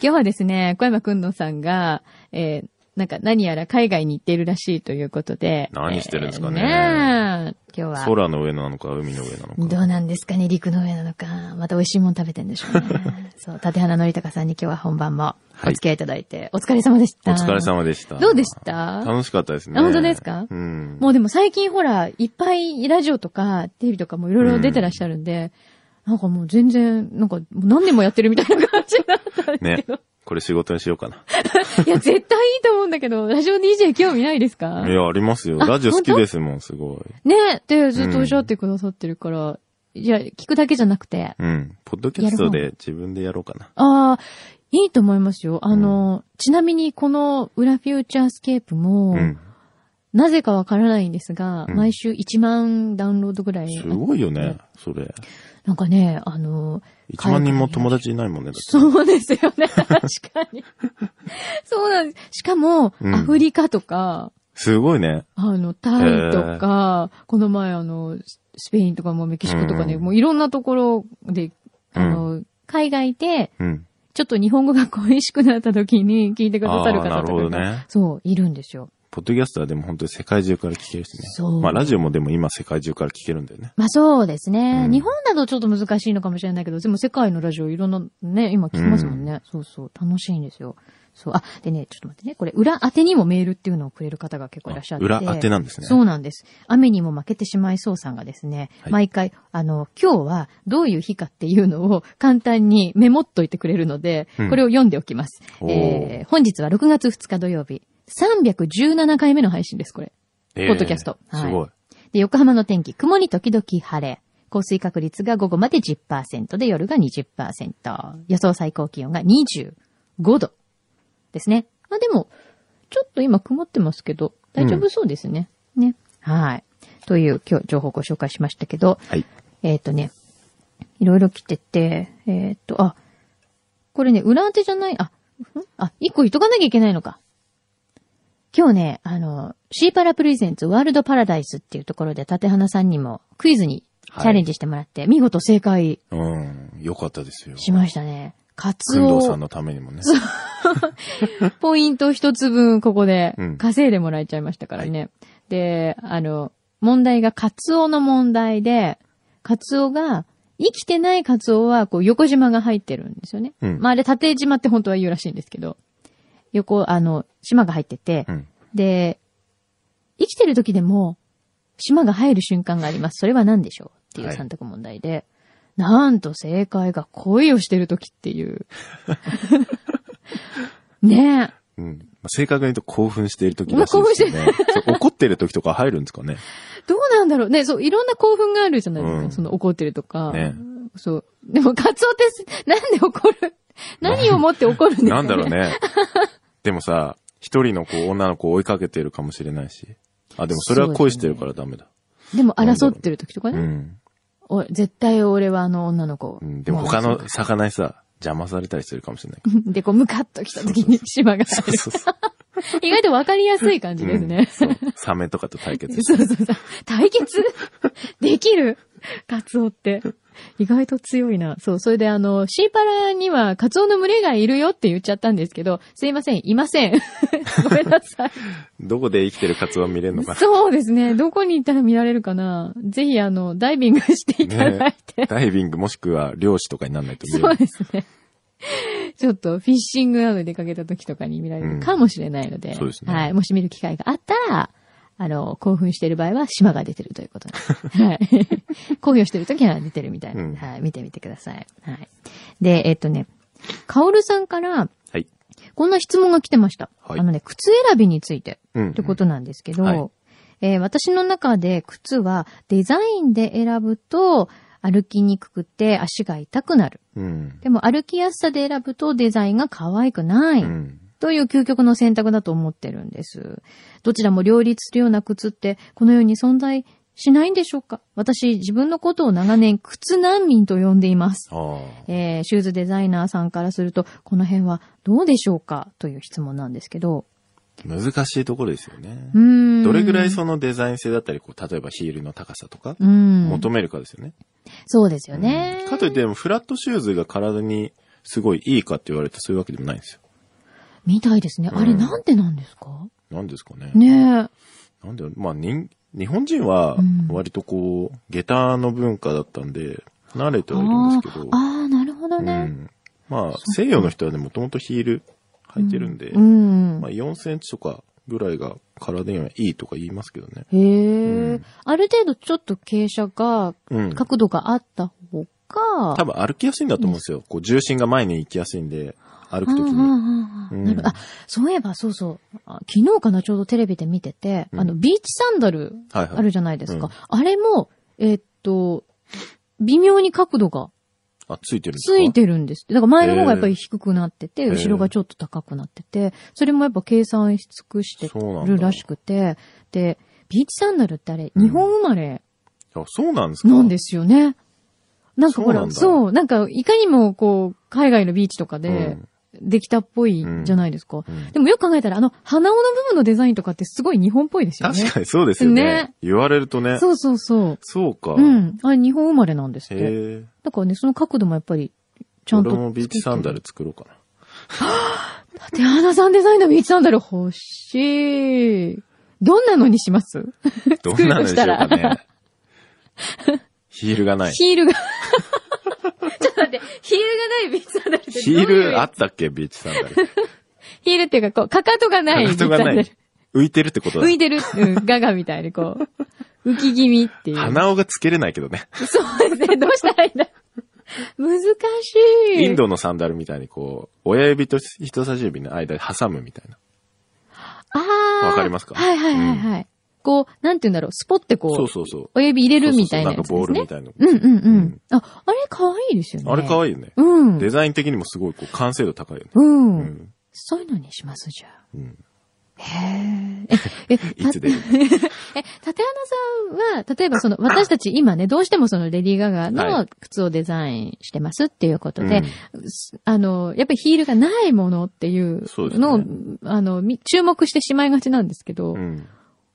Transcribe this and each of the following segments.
今日はですね、小山くんのさんが、えー、なんか何やら海外に行っているらしいということで。何してるんですかねえーねえ今日は。空の上なのか、海の上なのどか。うなんですかね陸の上なのか。また美味しいもん食べてんでしょう ね。そう、立花のりたかさんに今日は本番もはいお付き合いいただいて、お疲れ様でしおた。疲れ様でした。どうでした楽しかったですね。あ本当ですかうん。もうでも最近ほら、いっぱいラジオとかテレビとかもいろいろ出てらっしゃるんで、なんかもう全然、なんかもう何年もやってるみたいな感じになったんですけねど。。これ仕事にしようかな。いや、絶対いいと思うんだけど、ラジオ DJ 興味ないですかいや、ありますよ。あラジオ好きですもん、すごい。ねってずっとおっしゃってくださってるから、いや、聞くだけじゃなくて。うん。ポッドキャストで自分でやろうかな。ああ、いいと思いますよ。あの、ちなみにこの裏フューチャースケープも、うん。なぜかわからないんですが、うん毎週1万ダウンロードぐらい。すごいよね、それ。なんかね、あの、 1万人も友達いないもんね、だってそうですよね、 確かに。そうなんです。しかも、うんアフリカとか、すごいね。あの、タイとか、この前あの、ススペインとかもメキシコとかね、うんもういろんなところで、あの、海外で、うん。ちょっと日本語が恋しくなった時に聞いてくださるあー方なるとほかどが、ね。そう、いるんですよ。ポッドキャストはでも本当に世界中から聞けるしね。そうまあ、ラジオもでも今世界中から聞けるんだよね。まあそうですね。うん日本だとちょっと難しいのかもしれないけど、でも世界のラジオいろんなね、今聞きますもんね。そうそう、楽しいんですよ。そう、あ、でね、ちょっと待ってね、これ裏宛てにもメールっていうのをくれる方が結構いらっしゃって。裏当てなんですね。そうなんです。雨にも負けてしまいそうさんがですね、はい毎回、あの、今日はどういう日かっていうのを簡単にメモっといてくれるので、うんこれを読んでおきます。おーえー本日は6月2日土曜日、317回目の配信です、これ。えーポッドキャストはいすごい。で、横浜の天気、曇り時々晴れ。降水確率が午後まで10%で夜が20%。予想最高気温が25度ですね。まあでも、ちょっと今曇ってますけど、大丈夫そうですね。ね。はい。という今日情報をご紹介しましたけど、はい。えっ、とね、いろいろ来てて、えっ、と、あ、これね、裏当てじゃない、あ、んあ、一個言っとかなきゃいけないのか。今日ね、あの、シーパラプレゼンツワールドパラダイスっていうところで、立花さんにもクイズにチャレンジしてもらって、見事正解うん。よかったですよ。しましたね。カツ工藤さオんのためにもね。ポイント一つ分ここでうん稼いでもらえちゃいましたからね。で、あの、問題がカツオの問題で、カツオが、生きてないカツオはこう横縞が入ってるんですよね。うんまああれ縦縞って本当は言うらしいんですけど、横、あの、島が入ってて、うん。で、生きてる時でも、島が入る瞬間があります。それは何でしょうっていうはい三択問題で、なんと正解が恋をしてる時って いう。ねえ。うん。まあ正確に言うと興奮している時うわらしいですよね。そう怒ってる時とか入るんで すかね。どうなんだろうね、そう、いろんな興奮があるじゃないですか。うんその怒ってるとか。ねそう。でも、カツオってす、 なんで怒る何をもって怒るんですか、ね、なんだろう。ね。でもさ、一人のこう女の子を追いかけてるかもしれないし。あ、でもそれは恋してるからダメだ。でも、争ってる時とかうね。ん、お絶対俺はあの女の子。うん。でも他の魚にさ、邪魔されたりするかもしれないかで、こう、ム カッと来た 時に島が 入ら。る。そうそう意外とわかりやすい感じですね。そう。そうサメとかと対決して。そうそうそう。対決 できるカツオって。意外と強いな。そう、それであの、シーパラにはカツオの群れがいるよって言っちゃったんですけど、すいません、いません。 ごめんなさい。どこで生きてるカツオ見れるのかそうです ね。どこに行ったら見られるかな。ぜひあの、ダイビングしていただいて。な。ダイビングもしくは漁師とかにならないと見えそうる。ですね。ちょっとフィッシングなどに出かけた時とかに見られるかもしれないので、うんそうですねはい。もし見る機会があったら、あの、興奮している場合は島が出てるという こと で。はい。興奮してる時は出てるみたいな、うんはい。見てみてください。はい。で、えっとね、カオルさんから、はい。こんな質問が来てました。はいあのね、靴選びについて。うんうん。ってことなんですけど、はいえー私の中で靴はデザインで選ぶと、歩きにくくて足が痛くなる。うん。でも歩きやすさで選ぶとデザインが可愛くない。うん。という究極の選択だと思ってるんです。どちらも両立するような靴ってこの世に存在しないんでしょうか私自分のことを長年靴難民と呼んでいます。ああ。えーシューズデザイナーさんからするとこの辺はどうでしょうかという質問なんですけど。難しいところですよねう。ーん。どれぐらいそのデザイン性だったり、こう、例えばヒールの高さとか、うん。求めるかですよね。そうですよね。かといって、でもフラットシューズが体にすごいいいかって言われるとそういうわけでもないんですよ。みたいですね。あれうんなんでなんですかなんですかね。ねえ。なんで、まあ、人、日本人はうん、割とこう、下駄の文化だったんで、慣れてはいるんですけど、あーあー、なるほどうね。ん。まあ、西洋の人はね、もともとヒール履いてるんで、うん。まあ、4センチとかぐらいが体にはいいとか言いますけどね。へえ、うんある程度ちょっと傾斜が、うん。角度があった方が、多分歩きやすいんだと思うんですよ。こう、重心が前に行きやすいんで、歩くとはあはきに。あはあうんなるほどあ、そういえばそうそう。あ昨日かなちょうどテレビで見てて、うんあの、ビーチサンダルはいはい。あるじゃないですか。うんあれも、えーっと、微妙に角度があ、ついてるんですかついてるんですって。だから前の方がやっぱり低くなってて、ー後ろがちょっと高くなってて、それもやっぱ計算し尽くしてそうなんだるらしくて、で、ビーチサンダルってあれ、日本生まれあ、そうなんですかなんですよね。なんかほそうなんら、だそう、なんかいかにもこう、海外のビーチとかでできたっぽいじゃないですか。うんうんでもよく考えたら、あの、鼻緒の部分のデザインとかってすごい日本っぽいですよね。確かにそうですよね。ね言われるとね。そうそうそう。そうか。うへん。あれ日本生まれなんですって。え。だからね、その角度もやっぱり、ちゃんと作俺ってる。もビーチサンダル作ろうかな。手花さんデザインのビーチサンダル欲しい。どんなのにします、どんなのにしようか作るとした ね。ヒールがない。ヒールが。ち ょっと待って、ヒールがないビーチサンダルってどうヒいうールあったっけビーチサンダル。ヒールっていうか、こう、かかとがないビーチサ人ンダがル。ない。浮いてるってことだ浮。いてる、うん、ガガみたいにこう、浮き気味っていう。鼻緒がつけれないけどね。そうですね、どうしたらいいんだ。難しい。インドのサンダルみたいにこう、親指と人差し指の間で挟むみたいな。ああ。わかりますかはいはいはいはい。こう、なんて言うんだろう、スポってこう、そうそうそう。親指入れるみたいなそうそうそうなんやつかです、ね。ボールみたいな。うんうんううんん。あ、あれ可愛いですよね。あれ可いい。愛いよね。うん。デザイン的にもすごいこう完成度高いよね。うん。うん。そういうのにします、じゃあ。うん。へえ。え、え、た いつ出るえ、縦穴さんは、例えばその、私たち今ね、どうしてもそのレディー・ガガはのい靴をデザインしてますっていうことで、うんすあの、やっぱりヒールがないものっていうそうですねのを、あの、み注目してしまいがちなんですけど、うん。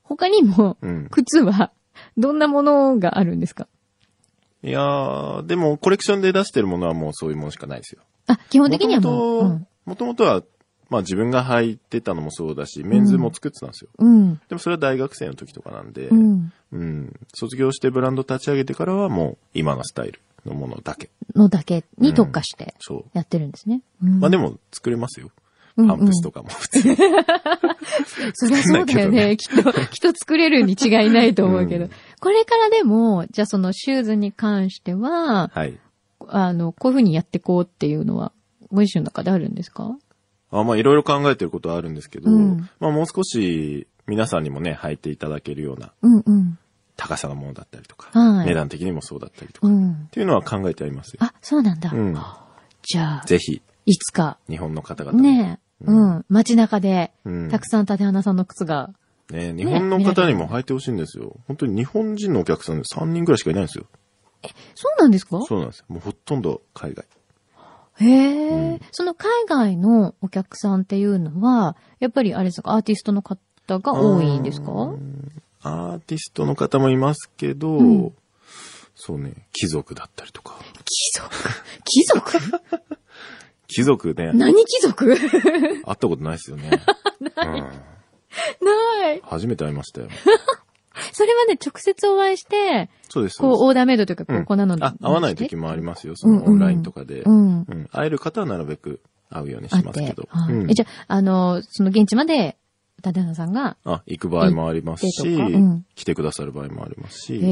他にも、うん。靴は、どんなものがあるんですかいやー、でもコレクションで出してるものはもうそういうものしかないですよ。あ、基本的にはもう、もともとは、まあ自分が履いてたのもそうだし、メンズも作ってたんですよ。うん、でもそれは大学生の時とかなんで、ううん、ん、卒業してブランド立ち上げてからはもう今のスタイルのものだけ。のだけに特化してそう。やってるんですね。うんまあでも作れますよ。うんパンプスとかも普通に。そりゃそうだよね。きっと、 きっと作れるに違いないと思うけど。うんこれからでも、じゃあそのシューズに関しては、はい。あの、こういう風にやってこうっていうのは、ご自身の中であるんですかあまあいろいろ考えてることはあるんですけど、うんまあもう少し皆さんにもね、履いていただけるようなうんうん。高さのものだったりとか、はい値段的にもそうだったりとか、うっん。ていうのは考えてありますよ。あ、そうなんだ。うんじゃあ、ぜひ、いつか、日本の方々もねえ、う、うんん街中で、うんたくさん縦花さんの靴が、ね日本の方にも履いてほしいんですよ。本当に日本人のお客さん3人ぐらいしかいないんですよ。そうなんですかそうなんですよ。もうほとんど海外。へえ、うんその海外のお客さんっていうのは、やっぱりあれですか、アーティストの方が多いんですかうーんアーティストの方もいますけど、うんそうね、貴族だったりとか。貴族貴族貴族 ね、会っ何貴 族たことないです よね。うんない。初めて会いましたよ。それはね、直接お会いして、そうです。そうこでう、オーダーメイドというか、こすうう、んこんなの。あ、会わない時もありまますよ。そのオンラインとかで。ううんん。会える方はなるべく会うようにあしっますけてど。。はいうんえじゃあ、あの、その現地まで、立花さんが、あ、行く場合もありますし、行ってとかうん来てくださる場合もありますし、へうん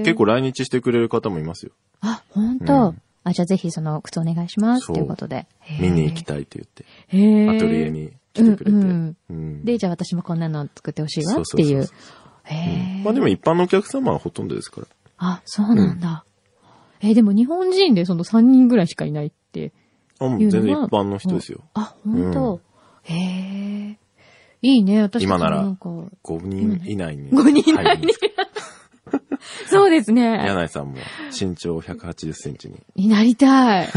え。結構、来日してくれる方もいますよ。あ、本う当んあ、じゃあぜひその靴お願いしますそっうていうことで。へえ見に行きたいって言って、へえ。アトリエに来てくれて。ううんんで、じゃあ私もこんなの作ってほしいわそっうそうてそういそうう。へえ。まあでも一般のお客様はほとんどですから。あ、そうなんだ。えーでも日本人でその3人ぐらいしかいないって。あ、もういう全のは然一般の人ですよ。あ、本当、へえ。いいね、私たちも今ならなんか。 5人以内に。 5人以内に。そうですね。柳井さんも身長180センチに。になりた い。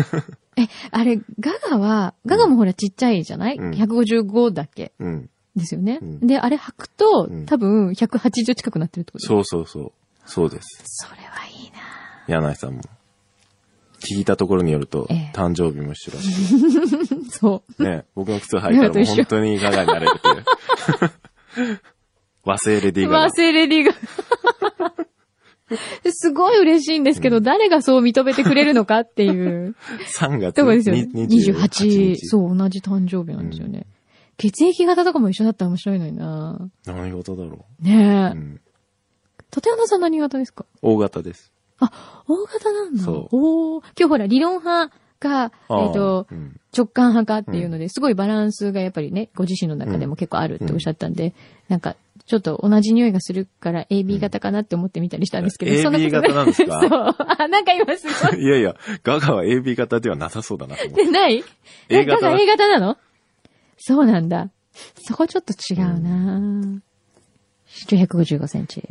え、あれ、ガガは、ガガもほらちっちゃいじゃない、うん ?155 だっけうん。ですよね。うんで、あれ履くと、うん多分180近くなってるってことう。そうそうそう。そうです。それはいいな柳井さんも。聞いたところによると、ええ誕生日も一緒だし。そう。 ね、僕の靴履いたらもう本当にガガになれるっていう。 和製レディーまガあ、セレ リが。すごい嬉しいんですけど、誰がそう認めてくれるのかっていう。ガ。3月とこですよね。に28 28。日。そう、同じ誕生日なんですよね。血液型とかも一緒だったら面白いのにな何事だろねえ。う。うん。立山さん何型ですか大型です。大型なんだ。そうおー今日ほら、理論派か、えっ、ああと、うん 直感派かっていうので、すごいバランスがやっぱりね、ご自身の中でも結構あるっておっしゃったんで、なんか、ちょっと同じ匂いがするから AB 型かなって思ってみたりしたんですけど、うんそんなことい AB 型なんですか そう。あ、なんか今すごい。いやいや、ガガは AB 型ではなさそうだなと 思って。でないえ A だか型だら A 型なのそうなんだ。そこちょっと違うな、身長155センチ。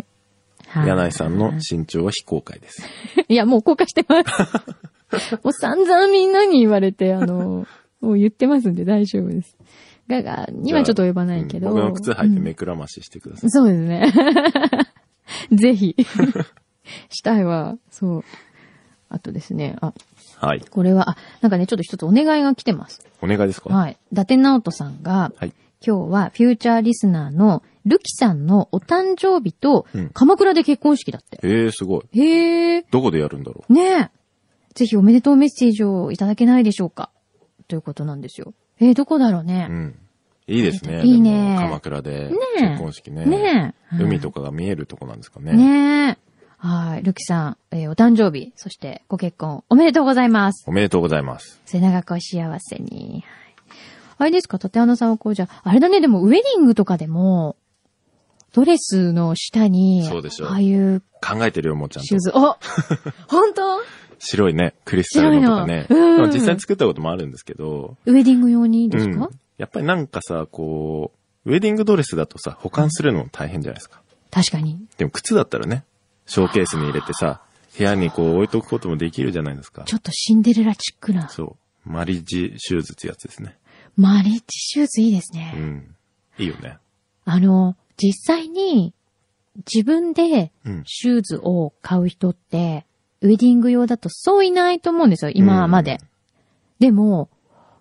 はい柳井さんの身長は非公 開です。いや、もう公開してます。 もう散々みんなに言われて、あの、もう言ってますんで大丈夫です。ガガにはちょっと及ばないけど。うん僕の靴履いてうん目くらまししてください。そうですね。 ぜひ。 したいわ。そう。あとですね、あ、はい。これは、あ、なんかね、ちょっと一つお願いが来てます。お願いですかはい。伊達直人さんが、はい。今日はフューチャーリスナーのルキさんのお誕生日とうん鎌倉で結婚式だって。ええ、すごい。へえ、どこでやるんだろねえ。ぜひおめでとうメッセージをいただけないでしょうかということなんですよ。えー、どこだろうう。うね。ん。いいですね。いいねでも鎌倉でねえ結婚式ね。ねえ。はい海とかが見えるとこなんですかね。ねえ。はい。ルキさん、えーお誕生日、そしてご結婚、おめでとうございます。おめでとうございます。背長くお幸せに。はいあれですか立花さんはこうじゃ、あれだね、でもウェディングとかでも、ドレスの下に、そうでしょうああいう考えてるよ、もうちゃんシュとー。ズ、お本当白いね、クリスタルのとかね。白いのうんまあ実際に作ったこともあるんですけど。ウェディング用にいいでうすんか、。やっぱりなんかさ、こう、ウェディングドレスだとさ、保管するのも大変じゃないですか。確かに。でも靴だったらね、ショーケースに入れてさ、部屋にこう置いとくこともできるじゃないですかち。ょっとシンデレラチックな。そう。マリッジシューズってやつですね。マリッジシューズいいですね。うん。いいよね。あの、実際に自分でうんシューズを買う人って、ウェディング用だとそういないと思うんですよ、今まで。でも、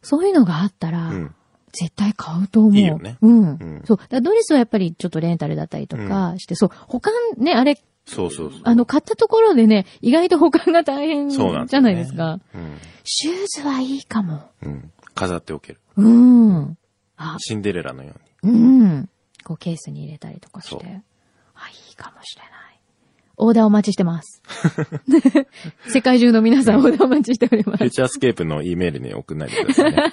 そういうのがあったら、うん。絶対買うと思う。いいよねうん。んそう。だからドレスはやっぱりちょっとレンタルだったりとかして、そう。保管ね、あれ、そうそうそう。あの、買ったところでね、意外と保管が大変じそうなんですゃよなねいですか。うん。シューズはいいかも。うん。飾っておける。うん。あ、シンデレラのように。うん。こうケースに入れたりとかしそうて。あ、いいかもしれない。オーダーお待ちして ます。 世界中の皆さんオーダーお待ちしておりまフューす。チャースケープの E メールに送んないでくださ いね。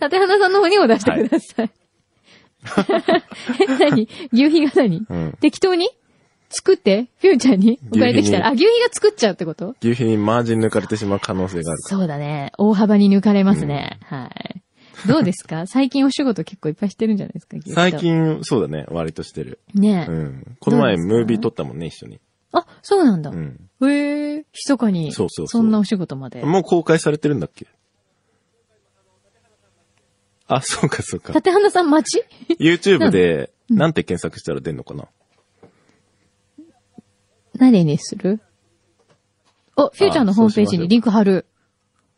縦花さんの方にオーダーしてください。 え、何牛皮が何、うん適当に作って、フューチャーに送牛皮にられてきたら。あ、牛皮が作っちゃうってこと牛皮にマージン抜かれてしまう可能性があるかそうだね。大幅に抜かれますね。はい。どうです か最近お仕事結構いっぱいしてるんじゃないですか牛皮ら。と最近、そうだね。割としてる。ねえ、うん。この前、どうですかムービー撮ったもんね、一緒に。あ、そうなんだ。うん。へえ、密かに。そうそうそうんなお仕事まで。もう公開されてるんだっけあ、そうかそうか。縦花さん待ち YouTube で、なんて検索したら出んのかな何にするお、フューチャーのホームページにリンク貼る。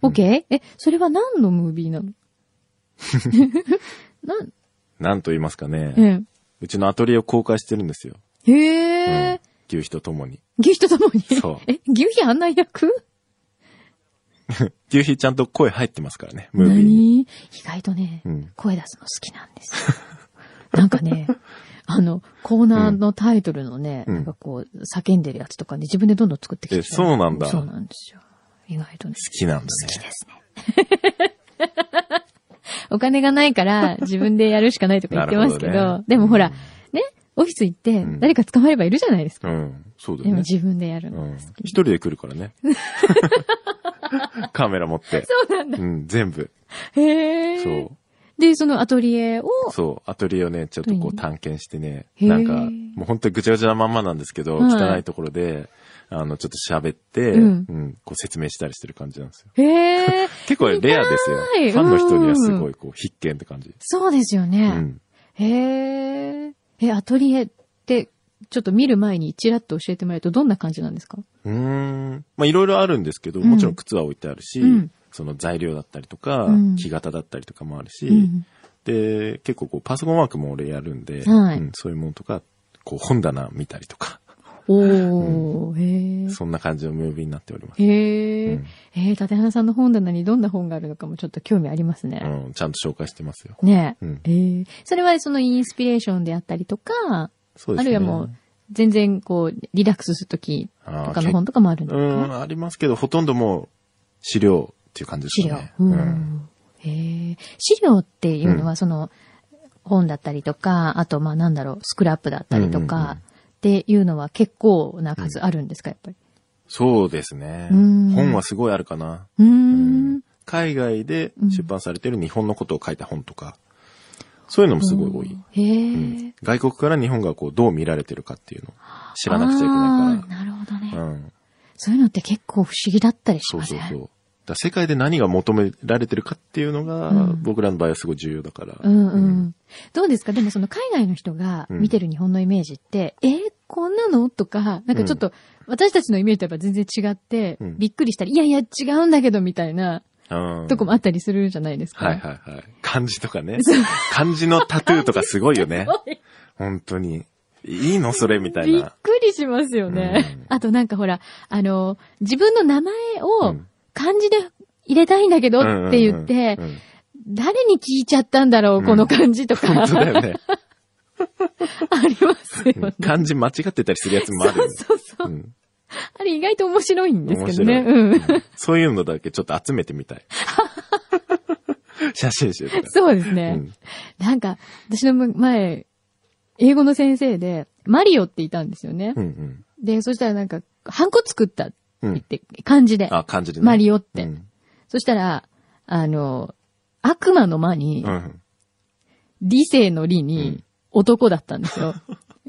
オッケーえ、それは何のムービーな のなん、なんと言いますかね。ええうちのアトリエを公開してるんですよ。へえ、牛皮とともに。牛皮とともに。そうえ、牛皮案内役牛皮ちゃんと声入ってますからね、ムービーに。何意外とね、うん声出すの好きなんですよ。 なんかね、あの、コーナーのタイトルのね、うんなんかこう、叫んでるやつとかね、自分でどんどん作ってきて。えそうなんだそうなんですよ。意外とね。好きなんだ好きね。ですね。 お金がないから自分でやるしかないとか言ってますけど、なるほどねでもほら、ね、オフィス行ってん誰か捕まえればいるじゃないですか。うん。そうだでよもね。自分でやるうのがん好き。一人で来るか らね。カメラ持って。そうなんだ。うん、全部。へえ。そで、そのアトリエを、う。そう。アトリエをね、ちょっとこう探検してね、へーなんか、もう本当にぐちゃぐちゃなまんまなんですけど、はい汚いところで、あの、ちょっと喋って、ううんん、こう説明したりしてる感じなんですよ。 へえ。結構レアですよ痛い。ファンの人にはすうごんい、こう、必見って感じ。そうですようね。ん。へえ。え、アトリエって、ちょっと見る前にチラッと教えてもらえるとどんな感じなんですかうーん。まあ、いろいろあるんですけど、うんもちろん靴は置いてあるし、うんその材料だったりとか、うん木型だったりとかもあるし、うんで、結構こう、パソコンワークも俺やるんで、はいうんそういうものとか、こう、本棚見たりとか、おー、へえ。そんな感じのムービーになっております。へえ、うんえー、立花さんの本棚にどんな本があるのかもちょっと興味ありますうね。ん、ちゃんと紹介してますよ。ねえ。うんえーそれはそのインスピレーションであったりとか、そうであするいね。はもう、全然こう、リラックスするときあーとかの本とかもあるんですうかん、ありますけど、ほとんどもう、資料っていう感じで資す料かね。。うんへえ資料っていうのうは、その、本だったりとか、あと、まあ、なんだろう、スクラップだったりとうんうんうんか、っていうのは結構な数あるんですか、やっぱり。そうですね。うん本はすごいあるかな。うーうんん。海外で出版されてる日本のことを書いた本とか、そういうのもすごい多い。へえ、うん外国から日本がこうどう見られてるかっていうのを知らなくちゃいけないあーなるほどね。から。うん。そういうのって結構不思議だったりしそうませそんうそう。だから世界で何が求められてるかっていうのが、うん僕らの場合はすごい重要だから。うんううんん。どうですかでもその海外の人が見てる日本のイメージって、えーこんなのとか、なんかちょっと私たちのイメージとやっぱ全然違って、うんびっくりしたり、いやいや違うんだけどみたいなうんとこもあったりするじゃないですか。はいはいはい。漢字とかね。漢字のタトゥーとかすごい よね。本当に。いいのそれみたいびっな。くりしますよね。うんあとなんかほら、あの、自分の名前うをん漢字で入れたいんだけどって言って、うんうんうんうん誰に聞いちゃったんだろう、この漢字とか。本当だよね。 ありますよ ね。漢字間違ってたりするやつもあるよね。そうそう。うんあれ意外と面白いんです面けど白ね。い。う。うんんそういうのだけちょっと集めてみた い。写真集とか。そうですうね。んなんか、私の前、英語の先生で、マリオっていたんですよね。うんで、そしたらなんか、ハンコ作ったってうん。う言っん。て、漢字で。あ、漢字でね。マリオっうて。んそしたら、あの、悪魔の魔にう、ん。理性の理うにん、男だったんです よ。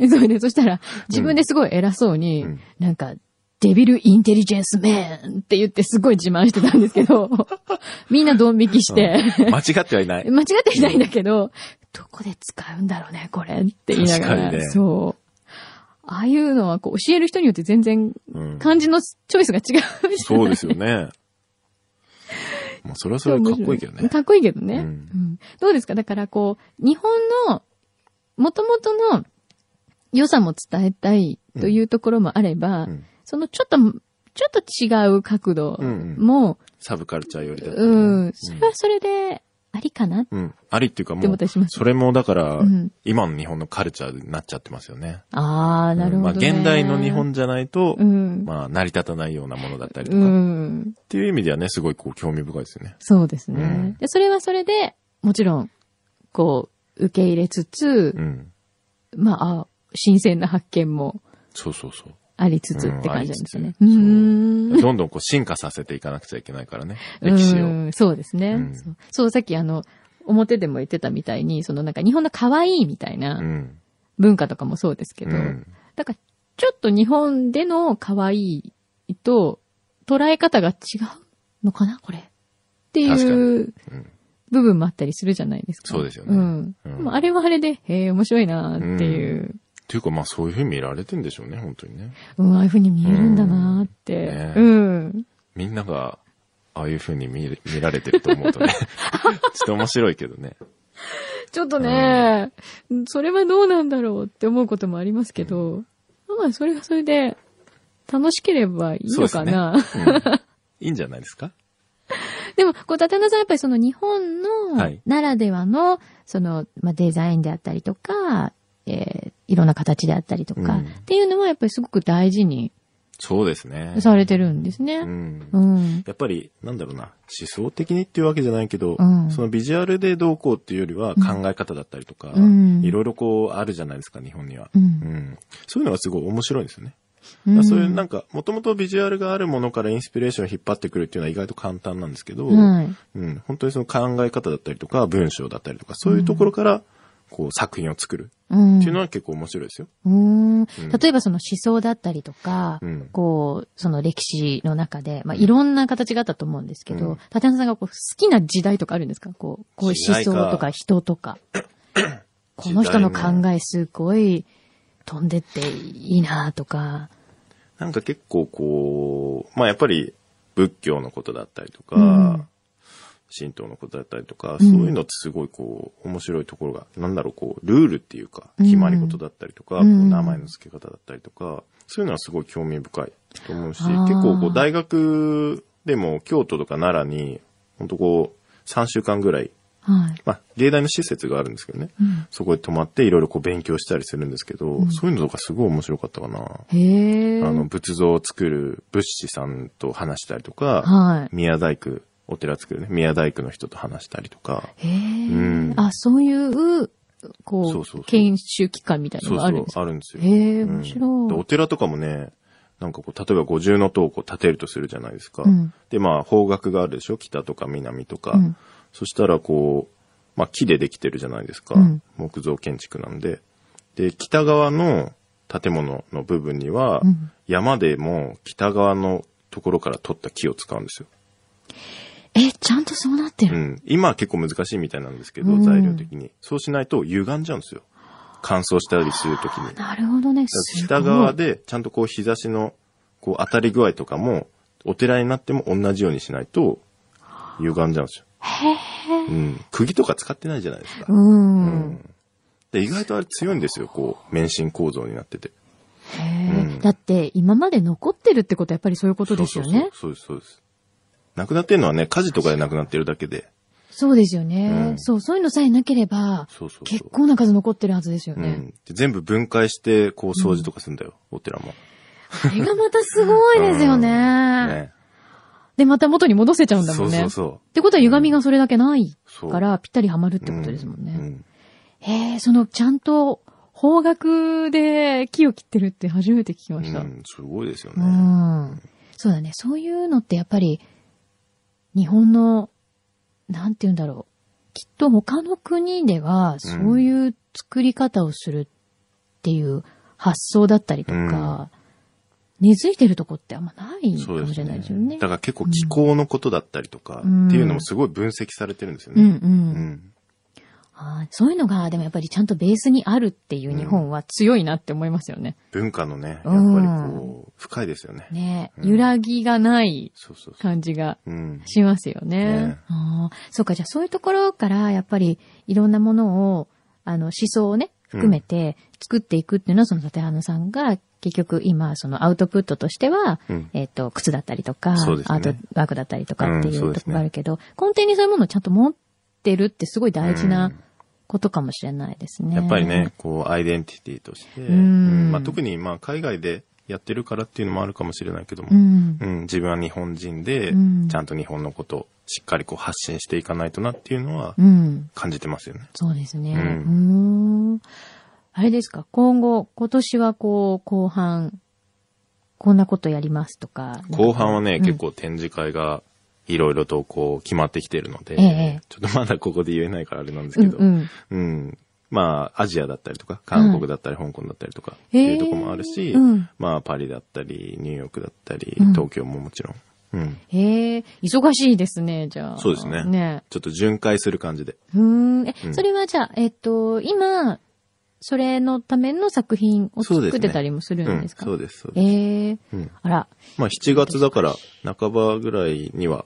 それで、そしたら、自分ですごい偉そうに、うんなんか、デビルインテリジェンスメンって言ってすごい自慢してたんですけど、 みんなドン引きして、間違ってはいない。間違っていないんだけど、どこで使うんだろうね、これって言いなが確ら。かにねそう。ああいうのはこう教える人によって全然うん漢字のチョイスが違うじゃないそうですよね。まあ、それはそれはかっこいいけどね。 かっこいいけどね。うんうんどうですかだからこう、日本の、元々の良さも伝えたいというところもあれば、うんそのちょっと、ちょっと違う角度も、サブカルチャーよりだったうらねん、それはそれでありかなっうん。ありっていうかて思もっうた、りします。それもだからうん、今の日本のカルチャーになっちゃってますよね。ああ、なるほど、ねうんまあ、現代の日本じゃないとう、ん。まあ、成り立たないようなものだったりとうか、っん。ていう意味ではね、すごいこう、興味深いですよね。そうですね、うんで。それはそれで、もちろん、こう、受け入れつつう、ん。まああ、新鮮な発見もそうそうそう。ありつつって感じなんですよね。ううんあーりつつん。どんどんこう進化させていかなくちゃいけないからね。歴史うを。んそうですね、うん。そう。そうさっきあの、表でも言ってたみたいに、そのなんか日本の可愛いみたいうなん文化とかもそうですけうど、ん。だからちょっと日本での可愛いと捉え方が違うのかなこれ。って確かにいううん部分もあったりするじゃないですか。そうですよねうん。うんでもあれはあれで、へえ、面白いなーっていう、っていうか、まあ、そういうふうに見られてんでしょうね、本当にね。うん、ああいう風に見えるんだなーって、う。うんみんなが、ああいうふうに見れ見られてると思うと ね。ちょっと面白いけどね。ちょっとね、それはどうなんだろうって思うこともありますけど、まあ、それはそれで、楽しければいいのかな。でうんいいんじゃないですかも、こう、立花さんはやっぱりその日本はのい、ならではの、その、まあ、デザインであったりとか、えーいろんな形であったりとか、うんっていうのはやっぱりすごく大事にそうですね。されてるんですね。うんう。ん。やっぱり、なんだろうな、思想的にっていうわけじゃないけど、うんそのビジュアルでどうこうっていうよりは考え方だったりとか、うんいろいろこうあるじゃないですか、日本には。うんそういうのがすごい面白いんですよね。うんそういうなんか、もともとビジュアルがあるものからインスピレーションを引っ張ってくるっていうのは意外と簡単なんですけど、はいうん、本当にその考え方だったりとか、文章だったりとか、そういうところから、こう作品を作るうんっていうのは結構面白いですよ。うーん例えばその思想だったりとか、うんこう、その歴史の中で、まあ、いろんな形があったと思うんですけど、うん立山さんがこう好きな時代とかあるんですかこう、こういう時思代か想とか人とか。この人の考えすごい飛んでっていいなとか。なんか結構こう、まあやっぱり仏教のことだったりとか、うん神道のことだったりとか、うんそういうのってすごいこう、面白いところが、なんだろう、こう、ルールっていうか、うん決まり事だったりとか、うんこう名前の付け方だったりとか、そういうのはすごい興味深いと思うし、あー結構こう、大学でも京都とか奈良に、ほんとこう、3週間ぐらい、はい。まあ、芸大の施設があるんですけどね、うんそこで泊まっていろいろこう勉強したりするんですけど、そういうのとかすごい面白かったかな。へえ。あの、仏像を作る仏師さんと話したりとか、はい宮大工、お寺作るね、宮大工の人と話したりとか、へえ、うんあ、そういう、こう、そうそうそう研修機関みたいなそのうがそあるんうで、すかあるんですへよ。え、うん面白い。でお寺とかもね、なんかこう、例えば五重の塔をこう建てるとするじゃないですか。うんで、まあ、方角があるでしょ北とか南とか。うんそしたら、こう、まあ、木でできてるじゃないですか。うん木造建築なんで。で、北側の建物の部分には、うん山でも北側のところから取った木を使うんですよ。え、ちゃんとそうなってうる。ん。今は結構難しいみたいなんですけど、うん材料的に。そうしないと歪んじゃうんですよ。乾燥したりするときに。なるほどね。すごい下側で、ちゃんとこう日差しの、こう当たり具合とかも、お寺になっても同じようにしないと、歪んじゃうんですよ。うん。釘とか使ってないじゃないですか。うん。で、意外とあれ強いんですよ、こう、免震構造になってて。へえうんだって、今まで残ってるってことはやっぱりそういうことですよね。そうそうそうそうです、そうです。なくなってるのはね、火事とかでなくなってるだけで。そうですよね、うんそう、そういうのさえなければ、そうそうそう結構な数残ってるはずですようね。ん。で全部分解して、こう掃除とかするんだよ、お寺も。あれがまたすごいですよね。ね。で、また元に戻せちゃうんだそもんうね。そうそう。ってことは歪みがそれだけないそうから、ぴったりはまるってことですもんね。ううんへえ、その、ちゃんと、方角で木を切ってるって初めて聞きました。うん、すごいですようね。ん。そうだね。そういうのってやっぱり、日本の、なんて言うんだろう。きっと他の国では、そういう作り方をするっていう発想だったりとか、根付いてるとこってあんまないかそうもでしすれないねですよね。。だから結構気候のことだったりとか、うんっていうのもすごい分析されてるんですようんう。ね。うんん。あーそういうのが、でもやっぱりちゃんとベースにあるっていう日本は強いなって思いますよね。文化のね、やっぱうんりこう、深いですよね。ねうん揺らぎがないそうそうそう。感じがうん。しますよね。ねああそうか、じゃあそういうところから、やっぱりいろんなものを、あの、思想をね、含めて作っていくっていうのは、その立花さんが、結局今、そのアウトプットとしては、うんえっ、と、靴だったりとか、アそうですねートワークだったりとかっていううんとそこうですねろがあるけど、根底にそういうものをちゃんと持ってるってすごい大事うなんことかもしれないですね。やっぱりね、こう、アイデンティティとして、んうんまあ特にまあ海外でやってるからっていうのもあるかもしれないけども、うん。うん、自分は日本人で、うんちゃんと日本のことをしっかりこう発信していかないとなっていうのはうん。感じてますよね。そうですね。ううーんん。あれですか、今後、今年はこう、後半、こんなことやりますとか。後半はね、うん結構展示会がいろいろとこう決まってきてるので、ええちょっとまだここで言えないからあれなんですうんけど、ううん、ん。まあアジアだったりとか、韓国だったり、香港だったりとかっていうとこもあるし、ええうんまあパリだったり、ニューヨークだったり、うん東京ももちろん。うん。へえ、忙しいですね、じゃあ。そうですねねちょっと巡回する感じで。うーん。え、うんそれはじゃあ、えっと、今、それのための作品をそう作でっすねてたりもするんですかそうです、そうです。ええうんあら。まあ7月だから半ばぐらいには、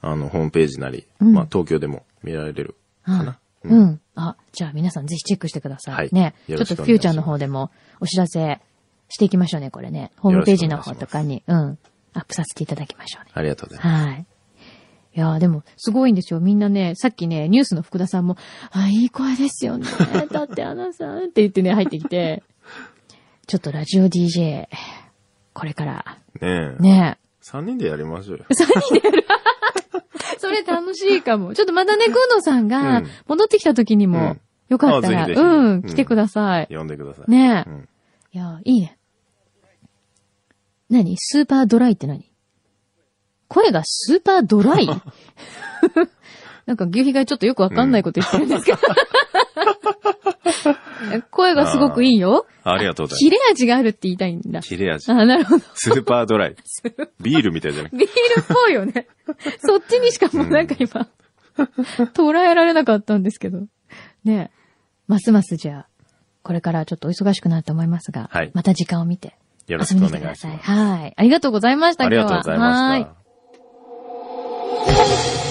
あの、ホームページなり、うんまあ東京でも見られるかな。うん。あ、じゃあ皆さんぜひチェックしてください。はいね。ちょよっろしくとおフ願ュいしますーチャーの方でもお知らせしていきましょうね、これね。ホームページの方とかに、うん。アップさせていただきましょうね。ありがとうございます。はい。いやーでも、すごいんですよ。みんなね、さっきね、ニュースの福田さんも、あ、いい声です よね。だって、アナさんって言ってね、入ってきて、ちょっとラジオ DJ、これから。ねえ。ねえ。 3人でやりましょうよ。それ楽しいかも。ちょっとまたね、くんのさんがうん戻ってきた時にも、うんよかったら、あぜひぜひうん、うん来てください。呼んでください。ねえうんいや、いいね。何スーパードライって何声がスーパードラ イなんか、牛皮がちょっとよくわかんないこと言ってるん ですけど。声がすごくいいよ。ありがとうござい切れ味があるって言いたいんだま。す。切れ味あ。、なるほど。スーパード ライ。ビールみたいじゃない。ビールっぽいよ ね。そっちにしかもうなんか今、捉えられなかったんですけど。ねえますますじゃあ、これからちょっとお忙しくなると思いますが、はいまた時間を見てよろし遊びくおに来願てくださいしい。ます。はい。ありがとうございました、あ今日は。りがとうございまはしいた。